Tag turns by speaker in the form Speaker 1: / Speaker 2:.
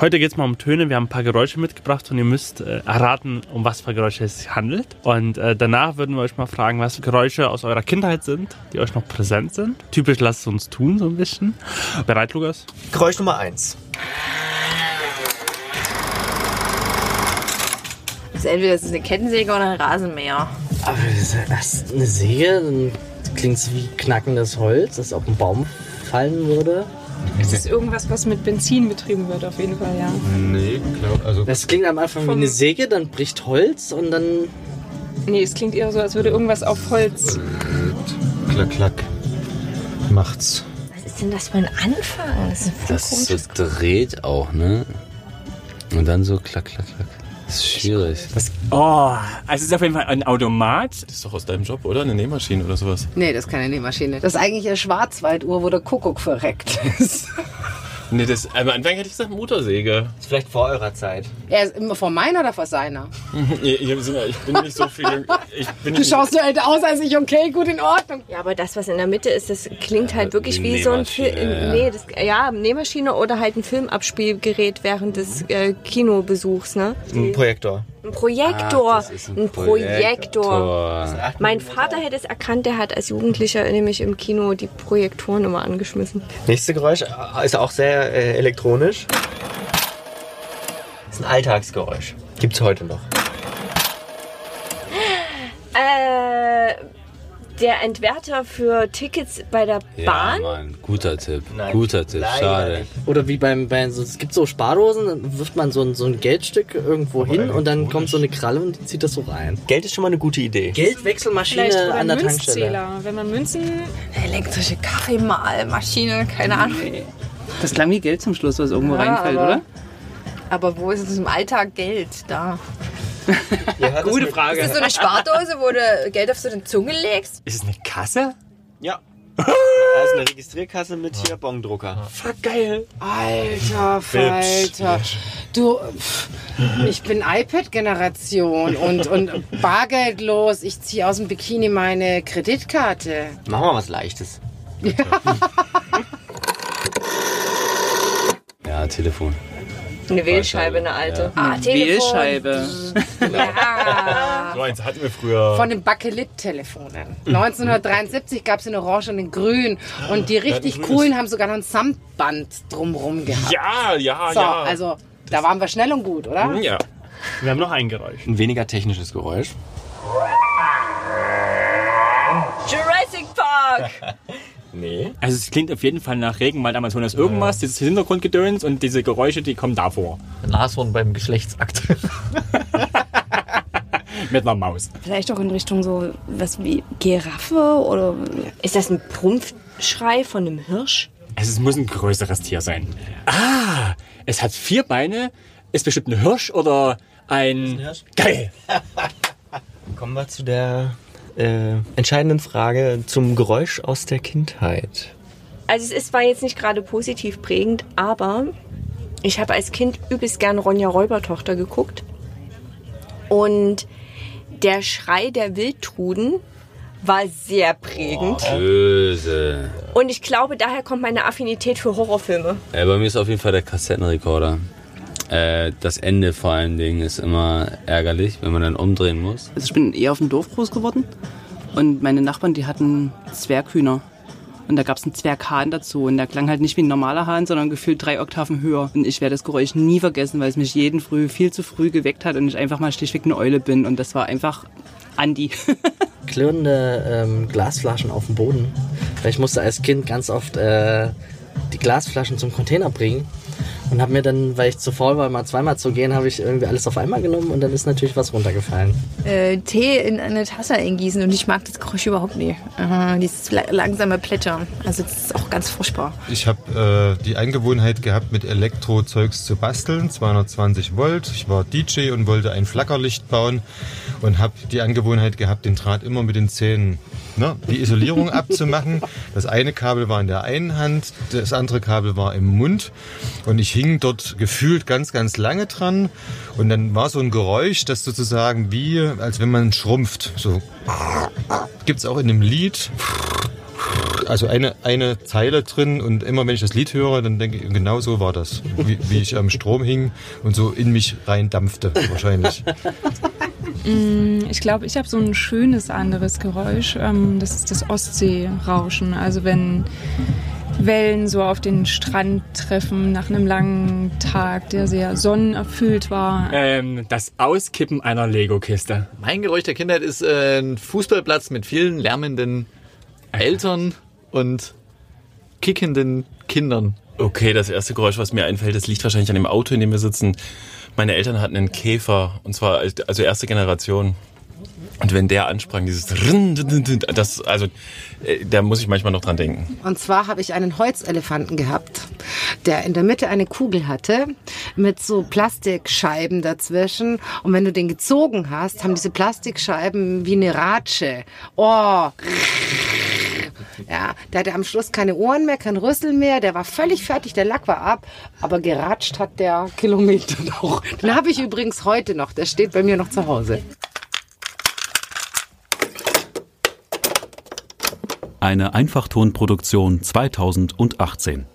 Speaker 1: Heute geht es mal um Töne. Wir haben ein paar Geräusche mitgebracht und ihr müsst äh, erraten, um was für Geräusche es sich handelt. Und äh, danach würden wir euch mal fragen, was für Geräusche aus eurer Kindheit sind, die euch noch präsent sind. Typisch lasst es uns tun, so ein bisschen. Bereit, Lukas?
Speaker 2: Geräusch Nummer 1.
Speaker 3: Das ist entweder das ist eine Kettensäge oder ein Rasenmäher.
Speaker 4: Aber das ist das eine Säge, dann klingt's wie knackendes Holz, das auf den Baum fallen würde.
Speaker 5: Es ist irgendwas, was mit Benzin betrieben wird, auf jeden Fall, ja.
Speaker 6: Nee, glaub, also
Speaker 4: Das klingt am Anfang wie eine Säge, dann bricht Holz und dann
Speaker 5: Nee, es klingt eher so, als würde irgendwas auf Holz.
Speaker 6: klack, klack. Macht's.
Speaker 3: Was ist denn das für ein Anfang? Das ist ein voll
Speaker 7: Das so
Speaker 3: komisches
Speaker 7: dreht auch, ne? Und dann so klack, klack, klack. Das ist schwierig.
Speaker 8: Das, oh, also es ist auf jeden Fall ein Automat.
Speaker 6: Das ist doch aus deinem Job, oder? Eine Nähmaschine oder sowas.
Speaker 9: Nee, das ist keine Nähmaschine. Das ist eigentlich eine Schwarzwalduhr, wo der Kuckuck verreckt ist.
Speaker 6: Nee, das, am Anfang hätte ich gesagt Motorsäge.
Speaker 2: Ist vielleicht vor eurer Zeit.
Speaker 9: Er ist immer von meiner oder von seiner?
Speaker 6: Ich, ich bin nicht so viel. Ich bin
Speaker 9: Du schaust so älter aus als ich. Okay, gut, in Ordnung.
Speaker 3: Ja, aber das, was in der Mitte ist, das klingt halt wirklich
Speaker 7: eine
Speaker 3: wie so ein Film.
Speaker 7: Nähmaschine, ja.
Speaker 3: Nee, das, ja, Nähmaschine oder halt ein Filmabspielgerät während des
Speaker 7: Mhm.
Speaker 3: äh, Kinobesuchs, ne?
Speaker 2: Ein Projektor.
Speaker 3: Ein
Speaker 7: Ah,
Speaker 3: Projektor. ein, Projektor.
Speaker 7: Projektor.
Speaker 3: Mein Vater hätte es erkannt, der hat als Jugendlicher nämlich im Kino die Projektoren immer angeschmissen.
Speaker 2: Nächste Geräusch äh, ist auch sehr äh, elektronisch. Ist ein Alltagsgeräusch. Gibt's heute noch.
Speaker 3: Äh, der Entwerter für Tickets bei der
Speaker 7: Ja,
Speaker 3: Bahn?
Speaker 7: Mann, guter Tipp.
Speaker 2: Nein.
Speaker 7: Guter Tipp,
Speaker 2: Leider
Speaker 7: schade.
Speaker 2: nicht.
Speaker 4: Oder wie beim, bei, so, es gibt so Spardosen, dann wirft man so ein, so ein Geldstück irgendwo hin und dann kommt so eine Kralle und die zieht das so rein.
Speaker 2: Geld ist schon mal eine gute Idee.
Speaker 5: Vielleicht
Speaker 4: Geldwechselmaschine
Speaker 5: oder
Speaker 4: an
Speaker 5: ein
Speaker 4: der Tankstelle.
Speaker 5: Münzzähler. Wenn man Münzen.
Speaker 9: Elektrische Kaffeemahlmaschine, keine Ahnung.
Speaker 8: Das klang wie Geld zum Schluss, was irgendwo reinfällt,
Speaker 9: aber-
Speaker 8: oder?
Speaker 9: Aber wo ist es im Alltag Geld da?
Speaker 4: Gute Frage.
Speaker 9: Ist das so eine Spardose, wo du Geld auf so den Zunge legst?
Speaker 8: Ist es eine Kasse?
Speaker 2: Ja. Da ist eine Registrierkasse mit hier Bongdrucker.
Speaker 4: Fuck, geil.
Speaker 9: Alter Falter.
Speaker 10: Du, pff, ich bin iPad-Generation und, und bargeldlos. Ich ziehe aus dem Bikini meine Kreditkarte.
Speaker 2: Machen wir was Leichtes.
Speaker 7: Ja, Telefon.
Speaker 3: Eine Wählscheibe, eine alte. Ah,
Speaker 8: Wählscheibe.
Speaker 6: So eins hatten wir früher.
Speaker 10: Von den Bakelit-Telefonen. 1973 gab es in Orange und in Grün. Und die richtig
Speaker 6: grünes.
Speaker 10: coolen haben sogar noch ein Samtband drumrum gehabt.
Speaker 6: ja, ja,
Speaker 10: so,
Speaker 6: ja.
Speaker 10: also da waren wir schnell und gut, oder?
Speaker 6: ja.
Speaker 1: Wir haben noch ein Geräusch.
Speaker 2: Ein weniger technisches Geräusch.
Speaker 3: Jurassic Park!
Speaker 2: Nee.
Speaker 8: Also es klingt auf jeden Fall nach Regenwald Amazonas irgendwas, dieses Hintergrundgedöns und diese Geräusche, die kommen davor.
Speaker 4: Nashorn beim Geschlechtsakt.
Speaker 8: Mit einer Maus.
Speaker 11: Vielleicht auch in Richtung so was wie Giraffe oder
Speaker 3: Ist das ein Prumpfschrei von einem Hirsch?
Speaker 8: Also es muss ein größeres Tier sein. Ah, es hat vier Beine, ist bestimmt ein Hirsch oder ein...
Speaker 2: Hirsch.
Speaker 8: Geil!
Speaker 2: Kommen wir zu der äh, entscheidenden Frage zum Geräusch aus der Kindheit.
Speaker 3: Also es ist zwar jetzt nicht gerade positiv prägend, aber ich habe als Kind übelst gern Ronja Räubertochter geguckt. Und der Schrei der Wildtruden war sehr prägend.
Speaker 7: Böse.
Speaker 3: Und ich glaube, daher kommt meine Affinität für Horrorfilme.
Speaker 7: Äh, bei mir ist auf jeden Fall der Kassettenrekorder. Äh, das Ende vor allen Dingen ist immer ärgerlich, wenn man dann umdrehen muss.
Speaker 8: Also ich bin eher auf dem Dorf groß geworden und meine Nachbarn, die hatten Zwerghühner. Und da gab es einen Zwerghahn dazu und der klang halt nicht wie ein normaler Hahn, sondern gefühlt drei Oktaven höher. Und ich werde das Geräusch nie vergessen, weil es mich jeden Früh viel zu früh geweckt hat und ich einfach mal schlichtweg eine Eule bin. Und das war einfach Andi.
Speaker 4: Klirrende ähm, Glasflaschen auf dem Boden. Weil ich musste als Kind ganz oft äh, die Glasflaschen zum Container bringen. Und habe mir dann, weil ich zu faul war, mal zweimal zu gehen, habe ich irgendwie alles auf einmal genommen und dann ist natürlich was runtergefallen.
Speaker 3: Äh,
Speaker 9: Tee in eine Tasse eingießen und ich mag das Geräusch überhaupt nicht. Äh, dieses la- langsame Plätschern. Also das ist auch ganz furchtbar.
Speaker 6: Ich habe äh, die Angewohnheit gehabt, mit Elektrozeugs zu basteln, 220 Volt. Ich war DJ und wollte ein Flackerlicht bauen und habe die Angewohnheit gehabt, den Draht immer mit den Zähnen, ne, die Isolierung abzumachen. Das eine Kabel war in der einen Hand, das andere Kabel war im Mund und ich hing dort gefühlt ganz, ganz lange dran und dann war so ein Geräusch, das sozusagen wie, als wenn man schrumpft. So gibt's auch in dem Lied. also eine, eine Zeile drin und immer wenn ich das Lied höre, dann denke ich, genau so war das. Wie, wie ich am Strom hing und so in mich reindampfte wahrscheinlich.
Speaker 5: Mm, Ich glaube, ich habe so ein schönes anderes Geräusch. Ähm, Das ist das Ostseerauschen. Also wenn Wellen so auf den Strand treffen nach einem langen Tag, der sehr sonnenerfüllt war.
Speaker 12: Ähm, das Auskippen einer Lego-Kiste.
Speaker 13: Mein Geräusch der Kindheit ist äh, ein Fußballplatz mit vielen lärmenden Eltern und kickenden Kindern.
Speaker 14: Okay, das erste Geräusch, was mir einfällt, das liegt wahrscheinlich an dem Auto, in dem wir sitzen. Meine Eltern hatten einen Käfer, und zwar als- also erste Generation. Und wenn der ansprang, dieses Rin, din, din, din, das, also, äh, da muss ich manchmal noch dran denken.
Speaker 9: Und zwar habe ich einen Holzelefanten gehabt, der in der Mitte eine Kugel hatte mit so Plastikscheiben dazwischen. Und wenn du den gezogen hast, haben diese Plastikscheiben wie eine Ratsche. Oh. Ja, der hatte am Schluss keine Ohren mehr, kein Rüssel mehr, der war völlig fertig, der Lack war ab, aber geratscht hat der Kilometer noch. Den habe ich übrigens heute noch, der steht bei mir noch zu Hause.
Speaker 15: Eine Einfachtonproduktion 2018.